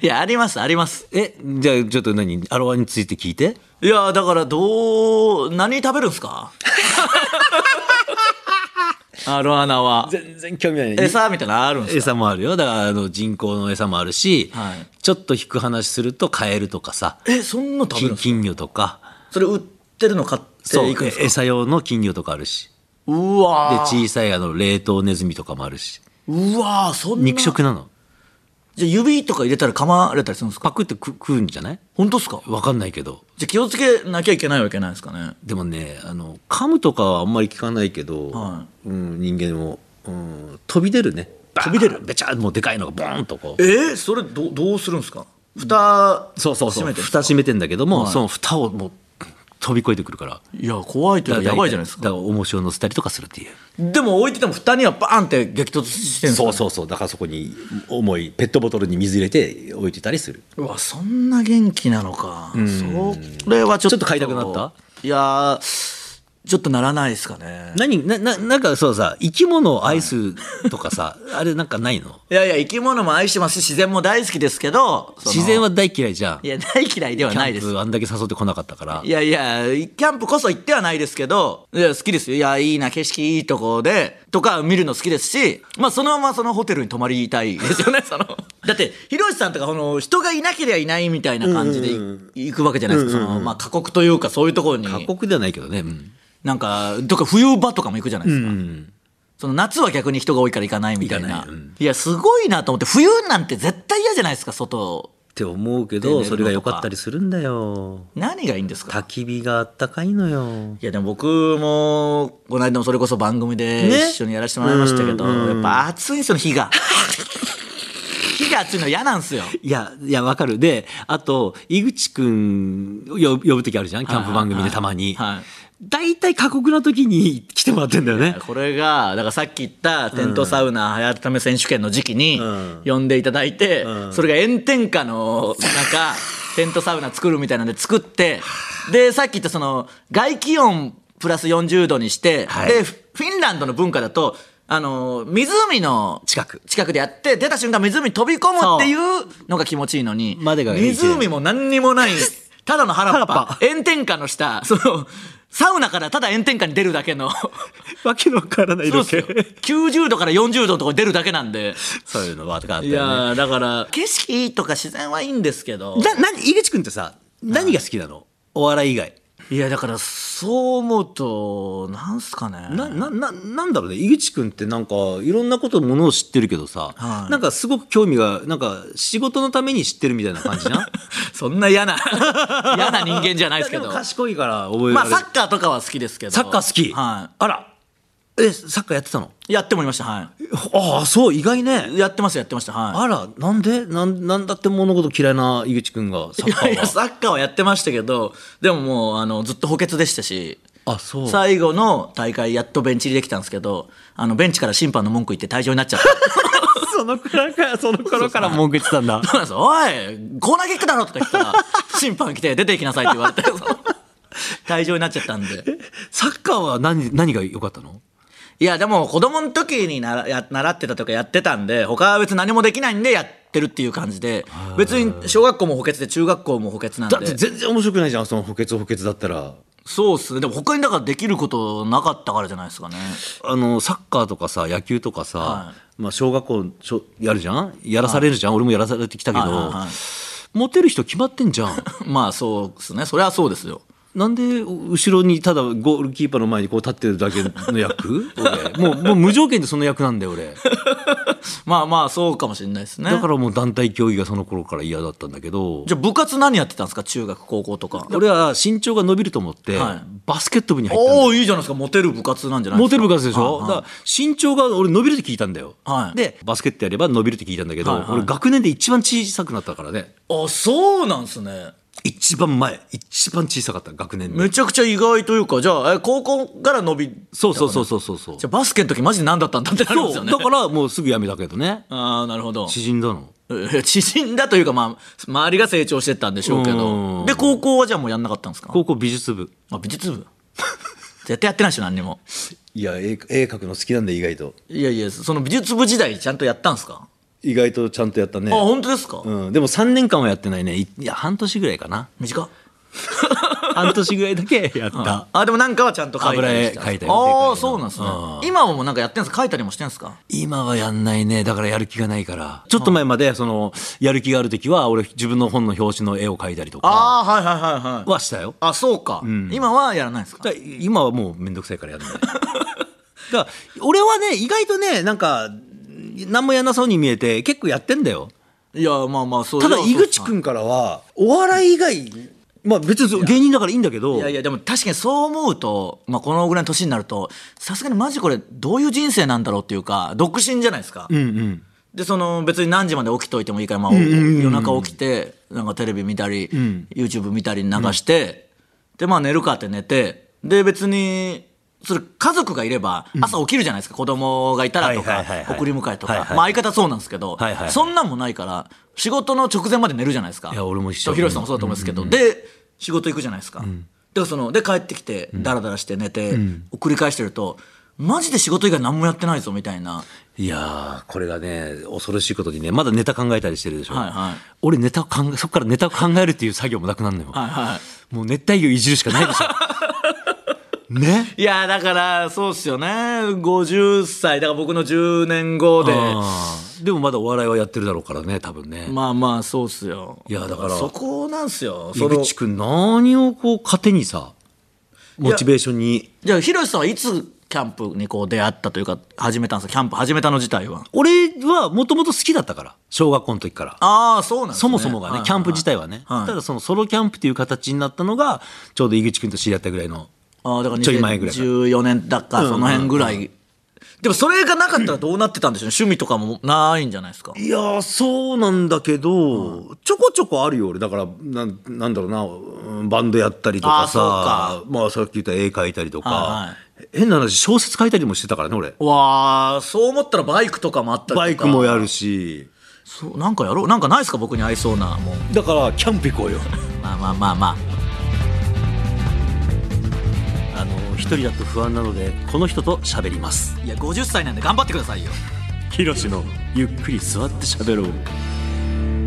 いやありますあります
えじゃあちょっと何アロワについて聞いて
いやだからどう何食べるんですか アロアナは
全然興味ない
餌みたいなのあるんですか
餌もあるよだからあの人工の餌もあるし、
はい
ちょっと引く話するとカエルとかさ
えそんな食べる
金
んですか
金魚とか
それ売ってるの買っていくんですか
餌用の金魚とかあるし
う
で
わー
小さいあの冷凍ネズミとかもあるし
うわーそんな
肉食なの
じゃあ指とか入れたら噛まれたりするんですか
パクってく食うんじゃない
本当ですか
わかんないけど
じゃあ気をつけなきゃいけないはいけないですかね
でもねあの噛むとかはあんまり聞かないけど、
は
うん、人間も、うん、飛び出るね飛び出るべちゃもうでかいのがボーンとこう
えー、それどどうするんですか蓋
そうそうそう
閉めてるんです
蓋閉めてんだけども、
はい
その蓋をもう飛び越えてくるから
いや怖いというかやばいじゃないですか
だから重しを乗せたりとかするっていう
でも置いてても蓋にはバーンって激突してるんですか
そうそうそうだからそこに重いペットボトルに水入れて置いてたりする
うわそんな元気なのかそれはちょっと
ちょっと買いたくなった
いやーちょっとならないですかね
何なななんかそうさ生き物を愛すとか さ、あれなんかないの
いやいや生き物も愛してますし自然も大好きですけどその
自然は大嫌いじゃん
いや大嫌いではないです
キャンプあんだけ誘ってこなかったから
いやいや、キャンプこそ行ってはないですけど、いや、好きですよ。いや、いいな、景色いいとこで、とか見るの好きですし、まあ、そのままそのホテルに泊まりたいで すよね、その。だって、ひろしさんとか、この、人がいなければいないみたいな感じでい行くわけじゃないですか。その、まあ、過酷というか、そういうところに、
過酷ではないけどね、うん
なんか、とか冬場とかも行くじゃないですか。その夏は逆に人が多いから行かないみたい
行
な。
かないうん
いや、すごいなと思って、冬なんて絶対嫌じゃないですか、外。
って思うけ
で寝
ど
るの
それが良かったりするんだよ
何がいいんですか
焚き火があったかいのよ
いやでも僕もこの間もそれこそ番組で
ね
一緒にやらせてもらいましたけど、やっぱ暑いんですよね 火が火が暑いの嫌なんですよ
いや、いや、わかる。で、あと、井口くんを呼ぶ呼ぶ時あるじゃんキャンプ番組でたまに
はいはい。
大体過酷な時に来てもらってんだよね。
これがだからさっき言ったテントサウナ早ため選手権の時期に
ん
呼んでいただいて、
うん
それが炎天下 の中テントサウナ作るみたいなんで作ってでさっき言ったその外気温プラス40度にして、
はい
でフフィンランドの文化だとあの湖の
近く。
近くでやって出た瞬間湖に飛び込むっていうのが気持ちいいのに
までがいい
湖も何にも ないただの原っぱ
原っぱ
炎天下の下そのサウナからただ炎天下に出るだけの
わけのわからない
そう
ロ
っすよ
ケ。
90度から40度のとこに出るだけなんで
そういうのはあったよね。
いやーだから景色いいとか自然はいいんですけど
な、な、井口くんってさ、何が好きなのお笑い以外。
いやだからそう思うとなんすかね
な、な、な、なんだろうね。井口くんってなんか、いろんなこと、ものを知ってるけどさ、
はい
なんかすごく興味が、なんか、仕事のために知ってるみ たいな感じじゃん
そんな嫌 な嫌な人間じゃないですけ
いや
ど
も賢いから覚え
ま
ら
あ
れる。
サッカーとかは好きですけど
サッカー好き
はい
あら。え、サッカーやってたの
やってもいましたは
ああ、そう、意外ね
い。やってますやってましたは
あら、なんでなんなんだって物事嫌いな井口くんがサッカーは
い
い
やサッカーはやってましたけどでももうあのずっと補欠でしたし
あ、そう。
最後の大会やっとベンチ入りできたんですけどあのベンチから審判の文句言って退場になっちゃった
その頃から、その頃から文句言ってたんだ。
そうなんですよおいコーナーキックだろとか言った ら審判来て出て行きなさいって言われて退場になっちゃったんで
サッカーは何、何が良かったの
いやでも子供の時にならや習ってたとかやってたんで他は別に何もできないんでやってるっていう感じで別に小学校も補欠で中学校も補欠なんで
だって全然面白くないじゃん、その補欠補欠だったら。
そうっすねでも他にだからできることなかったからじゃないですかね
あの、サッカーとかさ、野球とかさ、
は
まあ小学校しょやるじゃんやらされるじゃん、俺もやらされてきたけど、
はいはいはい
モテる人決まってんじゃん。
まあそうですねそれはそうですよ
なんで後ろにただゴールキーパーの前にこう立ってるだけの 役俺もうもう無条件でその役なんだよ俺
まあまあそうかもしれないですね
だからもう団体競技がその頃から嫌だったんだけど
じゃあ部活何やってたんですか中学高校とか
俺は身長が伸びると思って、
はい
バスケット部に入ったんだよ
おおいいじゃないですかモテる部活なんじゃないで
モ
すか
テる部活でしょ、
はい
だ
はい
から身長が俺伸びるって聞いたんだよ、
はい
でバスケットやれば伸びるって聞いたんだけど、
はいはい
俺学年で一番小さくなったからね
あそうなんすね
一番前一番小さかった学年で
めちゃくちゃ意外というかじゃあえ高校から伸び
そうそうそうそうそうそう
じゃあバスケの時マジで何だったんだってなるんです
そ
よ
う
ね
だからもうすぐやめたけどね
ああなるほど
縮んだの
え縮んだというかまあ周りが成長してったんでしょうけ
う
ど
ん
で高校はじゃあもうやんなかったんですか
高校美術部
あ美術部 絶対やってないでしょ何にも
いや絵絵描くの好きなんだ意外と
いやいやその美術部時代ちゃんとやったんですか
意外とちゃんとやったね
あ本当ですか、
うん、でも3年間はやってないねいいや半年ぐらいかな
短っ
半年ぐらいだけやった
あでもなんかはちゃんと描いたり
油絵描
して
いたりとか
ああそうなんですね
う
今はもうなんかやってんすか描いたりもしてんすか
今はやんないねだからやる気がないからちょっと前までそのやる気がある時は俺自分の本の表紙の絵を描いたりとか
ああはいはいはいはい
はしたよ
あそうか、今はやらないんですか
だから今はもうめんどくさいからやんない だから俺はね意外とねなんか何もやんなそうに見えて結構やってんだよ
いやまあまあそう
ただ
いや
井口
そうっ
君からはお笑い以外まあ別にそう芸人だからいいんだけど
すないやいやでも確かにそう思うと、まあ、このぐらいの年になるとさすがにマジこれどういう人生なんだろうっていうか独身じゃないですか、
うんうん
でその別に何時まで起きといてもいいから、まあ夜中起きてなんかテレビ見たり、YouTube 見たり流して、でまあ寝るかって寝てで別にそれ家族がいれば朝起きるじゃないですか、子供がいたらと
は
か
いはいはいはい
送り迎えとか、
はいはい
まあ、相方そうなんですけど、
はいはい
そんなんもないから仕事の直前まで寝るじゃないですか
いや俺も一緒
とひろしさんもそうだと思うんですけど、で仕事行くじゃないですか、でそので帰ってきてダラダラして寝て、を繰り返してるとマジで仕事以外何もやってないぞみたいない
やー、これがね、恐ろしいことにね、まだネタ考えたりしてるでしょ。
はいはい
俺ネタを考え、そこからネタを考えるっていう作業もなくなるのよ。
はいはい
もう熱帯魚いじるしかないでし ょ。ね。
いやだからそうっすよね50歳だから僕の10年後で
あーでもまだお笑いはやってるだろうからね、多分ね。
まあまあそうっすよ
いやだから
そこなんすよ
井
その
口くん、何をこう、糧にさ、モチベーションに。
じゃあヒロシさんはいつキャンプにこう出会ったというか始めたんですかキャンプ始めたの自体は
俺はもともと好きだったから、小学校の時から。
ああそうなんです、ね、
そもそもがね、キャンプ自体
は
はね、
はい
ただそのソロキャンプっていう形になったのが、ちょうど井口くんと知り合ったぐらいの。
いああだから
ちょい前ぐらいから
2014年だからその辺ぐらい、でもそれがなかったらどうなってたんでしょうね趣味とかもないんじゃないですか
いやーそうなんだけど、ちょこちょこあるよ俺だからなんなんだろうなうんバンドやったりとか
あ
さまあ、さっき言った絵描いたりとか、
は
変な話小説書いたりもしてたからね俺
わあそう思ったらバイクとかもあったりとか
バイクもやるし
そうなんかやろうなんかないですか僕に合いそうなもう
だからキャンプ行こうよ
まあまあまあまあ
あの一人だと不安なのでこの人と喋ります
いや50歳なんで頑張ってくださいよ
ひろしのゆっくり座って喋ろう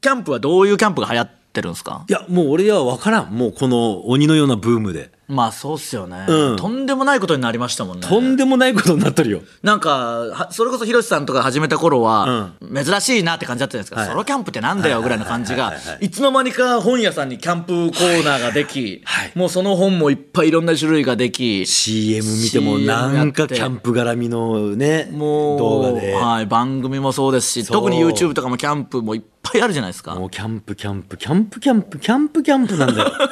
キャンプはどういうキャンプが流行ってるんですか
いやもう俺は分からんもうこの鬼のようなブームで
まあそうっすよね、
うん
とんでもないことになりましたもんね
とんでもないことになっとるよ
なんかはそれこそヒロシさんとか始めた頃は、珍しいなって感じだったじゃないですか、
はい
ソロキャンプってなんだよぐらいの感じが
はいはいはいはい
つの間にか本屋さんにキャンプコーナーができ、
はい
もうその本もいっぱいいろんな種類ができ
CM 見ても
CM
なんか
やって
キャンプ絡みのね
もう
動画で
はい、番組もそうですし
そう
特に YouTube とかもキャンプもいっぱぱいあるじゃないですか
もうキャンプキャンプキャンプキャンプキャンプキャンプなん だよだか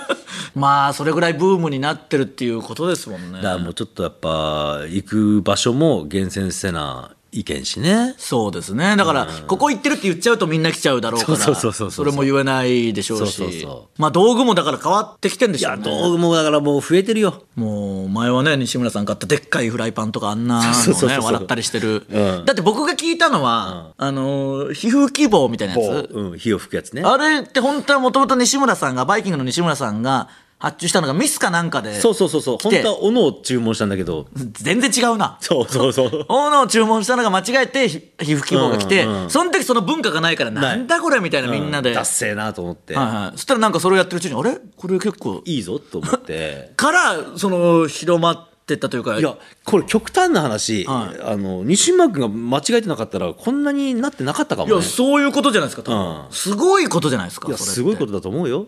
まあそれぐらいブームになってるっていうことですもんね
らもうちょっとやっぱ行く場所も厳選せないけんしね
そうですねだからここ行ってるって言っちゃうとみんな来ちゃうだろうから
そうそうそうそうそう
れも言えないでしょうし
そうそうそ
まあ道具もだから変わってきてんで
い
しょ
や
うね
道具もだからもう増えてるよ
もう前はね西村さん買ったでっかいフライパンとかあんな
そうそうそ
の
う
ね
そう
笑ったりしてる、
うん
だって僕が聞いたのは、あのー皮膚希望みたいなやつ
うん火を吹くやつね
あれって本当はもともと西村さんがバイキングの西村さんが発注したのがミスかなんかで
そうそうそうそう本
て
当は斧を注文したんだけど
全然違うな
そうそうそう
斧を注文したのが間違えてひ皮膚希望が来て、
うんうん
その時その文化がないから
な
ないんだこれみた いなみんな
う
で、は
ダッセーなと思って、
いはい、そしたらなんかそれをやってるうちにあれこれ結構
い、いぞと思って
からその広まってったというか
いやこれ極端な話、
はい
あの西村君が間違えてなかったらこんなになってなかったかも
いや
ね
そういうことじゃないですか多分、
うん
すごいことじゃないですか
いや
それって
すごいことだと思うよ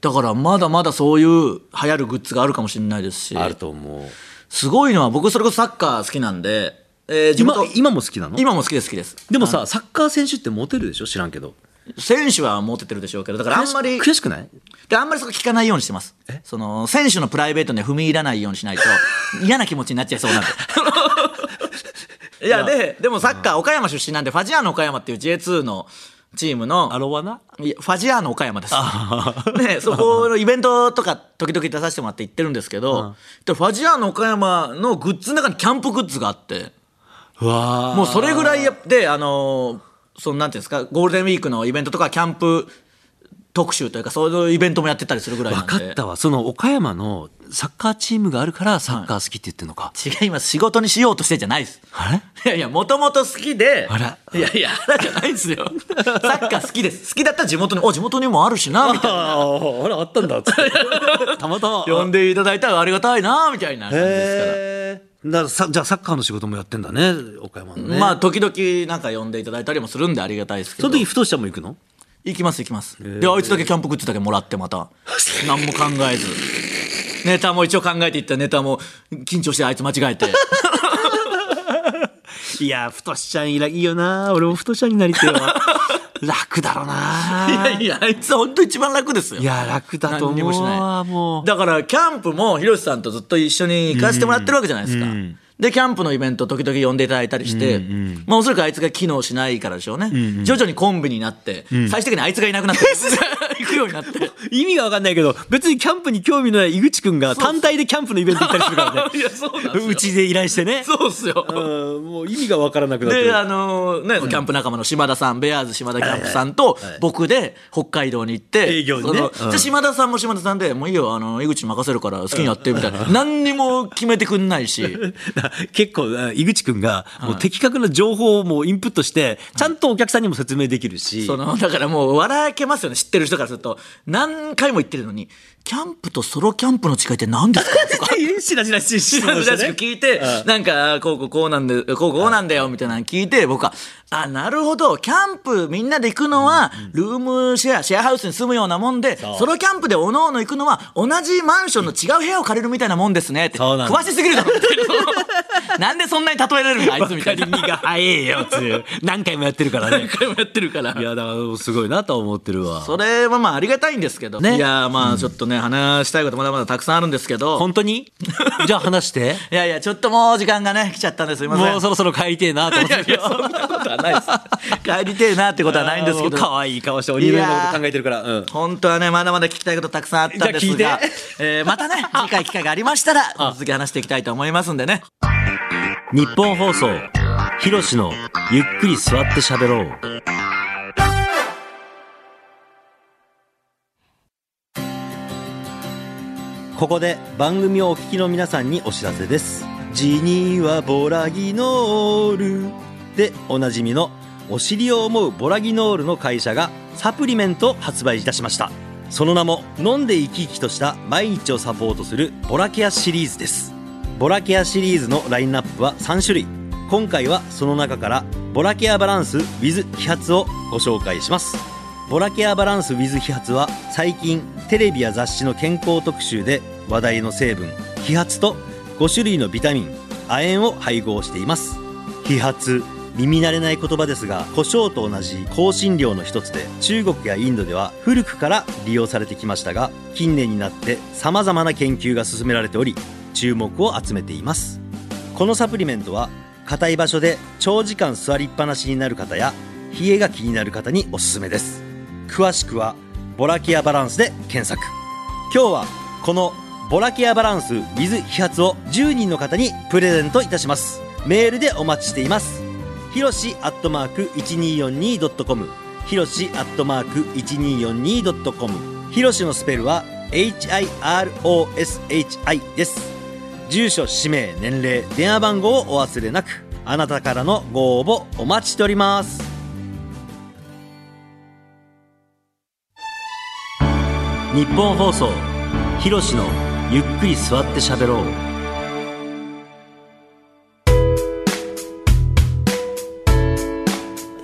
だからまだまだそういう流行るグッズがあるかもしれないですし
あると思う
すごいのは僕それこそサッカー好きなんで、えー地
今
元
今も好きなの
今も好きです好きです
でもさサッカー選手ってモテるでしょ知らんけど
選手はモテてるでしょうけどだからあんまり
悔しくない
であんまりそこ聞かないようにしてますその選手のプライベートには踏み入らないようにし ないと嫌な気持ちになっちゃいそうなんでいやででもサッカー岡山出身なんでファジアーノ岡山っていう J2 のチームの
アロワナ
いやファジアーノ岡山です。ね、そこのイベントとか時々出させてもらって行ってるんですけど、でファジアーノ岡山のグッズの中にキャンプグッズがあって
うわー
もうそれぐらいやであのーそのなんていうんですかゴールデンウィークのイベントとかキャンプ特集というかそういうイベントもやってたりするぐらいなん
分
で
かったわその岡山のサッカーチームがあるからサッカー好きって言ってんのか、
違います仕事にしようとしてじゃないです
あれ
いやいやもともと好きで
あら
いやいやあらじゃないで すよサッカー好きです好きだったら地元にお地元にもあるしなみたいな
あああれあったんだ たまたま
呼んでいただいたらありがたいなみたいな感じですから
へえだからさじゃあサッカーの仕事もやってんだね岡山のね
まあ時々なんか呼んでいただいたりもするんでありがたいですけ
そ
ど
の時ふとしたも行くの
行きます行きますであいつだけキャンプグッズだけもらって また何も考えずネタも一応考えていったネタも緊張してあいつ間違え て
いやふとしちゃんいらいいよな俺もふとしちゃんになりてえ わ楽だろうない
やいやあいつ本当一番楽ですよ
いや楽だと
何に
思
もし
う
な
わもう
だからキャンプもひろしさんとずっと一緒に行かせてもらってるわけじゃないですか、でキャンプのイベント時々呼んでいただいたりして、まあ、おそらくあいつが機能しないからでしょうね、徐々にコンビになって、最終的にあいつがいなく なって行くようになって
意味が分かんないけど別にキャンプに興味のない井口くんが単体でキャンプのイベント行ったりするからね
いやそうなんです よ
うちで依頼してね
そうっすよ
うんもう意味が分からなくなって
で
る
あのね、キャンプ仲間の島田さんベアーズ島田キャンプさんと僕で北海道に行って、
営業にね
その
うん
じゃあ島田さんも島田さんでもういいよあの井口に任せるから好きにやってみたいな何にも決めてくんな いし
だから結構あ井口くんがもう的確な情報をもうインプットしてちゃんとお客さんにも説明できるし
そのだからもう笑けますよね知ってる人からすると何回も言ってるのにキャンプとソロキャンプの違いって何ですかとか
しらしら しいし
知らずらしく聞いて、なんか、こうこうこうなんで、こうこうなんだよ、みたいなの聞いて、僕は、あ、なるほど、キャンプみんなで行くのは、ルームシェア、シェアハウスに住むようなもんで、
う
ソロキャンプでおのおの行くのは、同じマンションの違う部屋を借りるみたいなもんですね、って。
そうなんだ
詳しすぎるだろ、みたいななんでそんなに例えられるのあい つみたいな。
が早えよっていう何回もやってるからね
何回もやってるから
い。やだからすごいなとは思ってるわ
それはまあありがたいんですけど。
ね
いや、まあちょっとね、話したいことまだまだたくさんあるんですけど。
本当にじゃあ話して
いやいや、ちょっともう時間がね、来ちゃったんです。すいません。
もうそろそろ帰りてえなと思っ
いや
て
いやそんなことはないです。 帰りてえなってことはないんですけど。
可愛い顔して鬼のようなこと考えてるから、うん、
本当はね、まだまだ聞きたいことたくさんあったんです
じゃあ
が
聞い、
えーま たね、次回機会がありましたら、続き話していきたいと思いますんでね。
日本放送ひろしのゆっくり座って喋ろうここで番組をお聞きの皆さんにお知らせです「ジニーはボラギノール」でおなじみのお尻を思うボラギノールの会社がサプリメントを発売いたしましたその名も飲んで生き生きとした毎日をサポートするボラケアシリーズですボラケアシリーズのラインナップは3種類今回はその中からボラケアバランス with 揮発をご紹介しますボラケアバランス with 揮発は最近テレビや雑誌の健康特集で話題の成分揮発と5種類のビタミン亜鉛を配合しています揮発耳慣れない言葉ですが胡椒と同じ香辛料の一つで中国やインドでは古くから利用されてきましたが近年になってさまざまな研究が進められており注目を集めていますこのサプリメントは硬い場所で長時間座りっぱなしになる方や冷えが気になる方におすすめです詳しくはボラキアバランスで検索今日はこのボラキアバランス with 飛発を10人の方にプレゼントいたしますメールでお待ちしていますひろしアットマーク 1242.com ひろしアットマーク 1242.com ひろしのスペルは HIROSHI です住所氏名年齢電話番号をお忘れなくあなたからのご応募お待ちしております日本放送ひろしのゆっくり座って喋ろう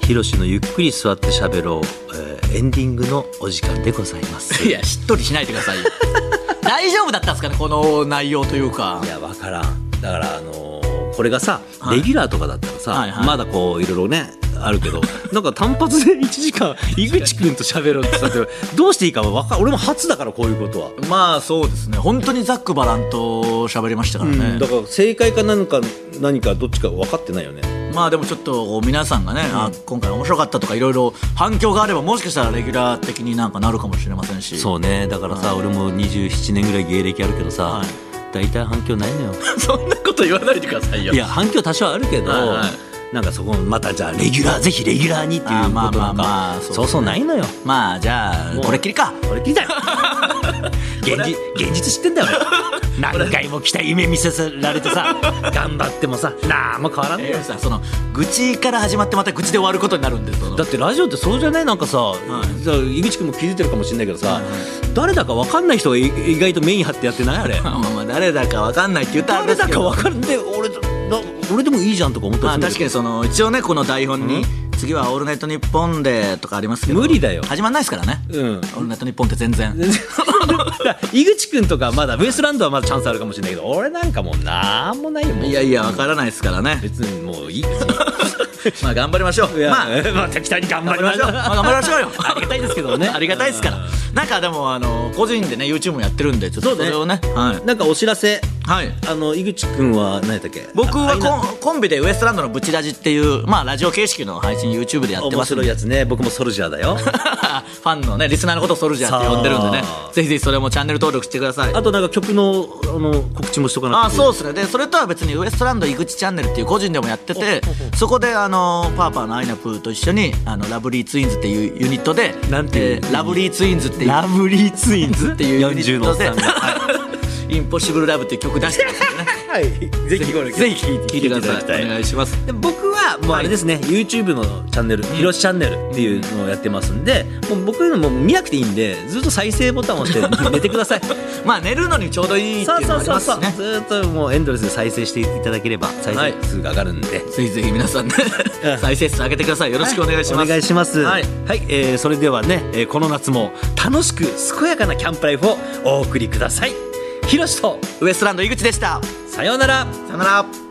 ひろしのゆっくり座って喋ろう、えーエンディングのお時間でござ います
いやしっとりしないでくださいよ 大丈夫だったんですかねこの内容というか
いや分からんだからあのーこれがさ、
はい
レギュラーとかだったらさ、
はいはい
まだこういろいろねあるけど なんか単発で1時間井口君と喋ろうってさどうしていいかわか俺も初だからこういうことは、
まあそうですね本当にざっくばらんと喋りましたからね、
だから正解か何か何かどっちか分かってないよね
まあでもちょっとこう皆さんがね、あ今回面白かったとかいろいろ反響があればもしかしたらレギュラー的になんかなるかもしれませんし
そうねだからさ、俺も27年ぐらい芸歴あるけどさ、
はい
大体反響ないの よ
そんなこと言わないでくださいよ
いや反響多少あるけど、
はいは
なんかそこまたじゃあレギュラーぜひレギュラーにっていうことなんか、
あーまあまあまあそうですね
そうそうないのよ
まあじゃあ
もう
これっきりか
これ聞いたよ 現実現実知ってんだよ 俺何回も来た夢見せられてさ頑張ってもさ何も変わらんね
えーさその愚痴から始まってまた愚痴で終わることになるんですその
だってラジオってそうじゃないなんかさ、
い
さ井口君も気づいてるかもしれないけどさ、
はいはい
誰だか分かんない人がい意外とメイン張ってやってないあれ
まあまあまあ誰だかわかんないって言ったらあれ
誰だ
ですけ
か
ど
分かんない俺だだ俺でもいいじゃんとか思った
まあ
り
確
す
か
る
にその一応ねこの台本
う
に
ん
次は「オールナイトニッポン」でとかありますけど
無理だよ
始まんないですからね
けにうん
「オールナイトニッポン」って全然
井口君とかまだウエストランドはまだチャンスあるかもしれないけど俺なんかもうなんもないよもう
いやいやわからないですからね
別にもういい 別
まあ頑張りましょう
に
まあ
まあ適当に頑
頑張りましょう。まあ頑張りましょうよ。
ありがたいですけどね
ありがたいですから。なんかでもあの個人でね YouTube もやってるんでちょっとそれをね。はい
なんかお知らせ
はい。
あの井口君は何やったっけ
僕
ああ
はい
な
コンコンビでウエストランドのブチラジっていうまあラジオ形式の配信 YouTube でやって
面
ますん
白
で。
いやつね僕もソルジャーだよ
ファンのねリスナーのことをソルジャーって呼んでるんでね
さあ
ぜひぜひそれもチャンネル登録してください
あとなんか曲のあの告知もしとかな
あ
くて
そうですねでそれとは別にウエストランド井口チャンネルっていう個人でもやっててそこであのパーパーのアイナプーと一緒にあのラブリーツインズっていうユニットで
なんていう
えーラブリーツインズっていう
ラブリーツインズ
っていうユニットで
40のおっさんが
「インポッシブルラブ」っていう曲出し てますんでね
はいぜひこれ
ぜひ聴いてくださいお願いします
で僕はもうあれですね、YouTube のチャンネル「ひろしチャンネル」っていうのをやってますんで、もう僕のもう見なくていいんでずっと再生ボタンを押して 寝てください
まあ寝るのにちょうどいいって
そ
いう
う
の
そう
もあり
そうそ
ますし
う、
ね
ずーっともうエンドレスで再生していただければ再
はい
生数が上がるんで、
ぜひぜひ皆さんね
うん
再生数上げてくださいよろしくお願いします
お願いします。
はい、
えーそれではね、えーこの夏も楽しく健やかなキャンプライフをお送りください。ひろしと
ウエストランド井口でした
さようなら。
さよなら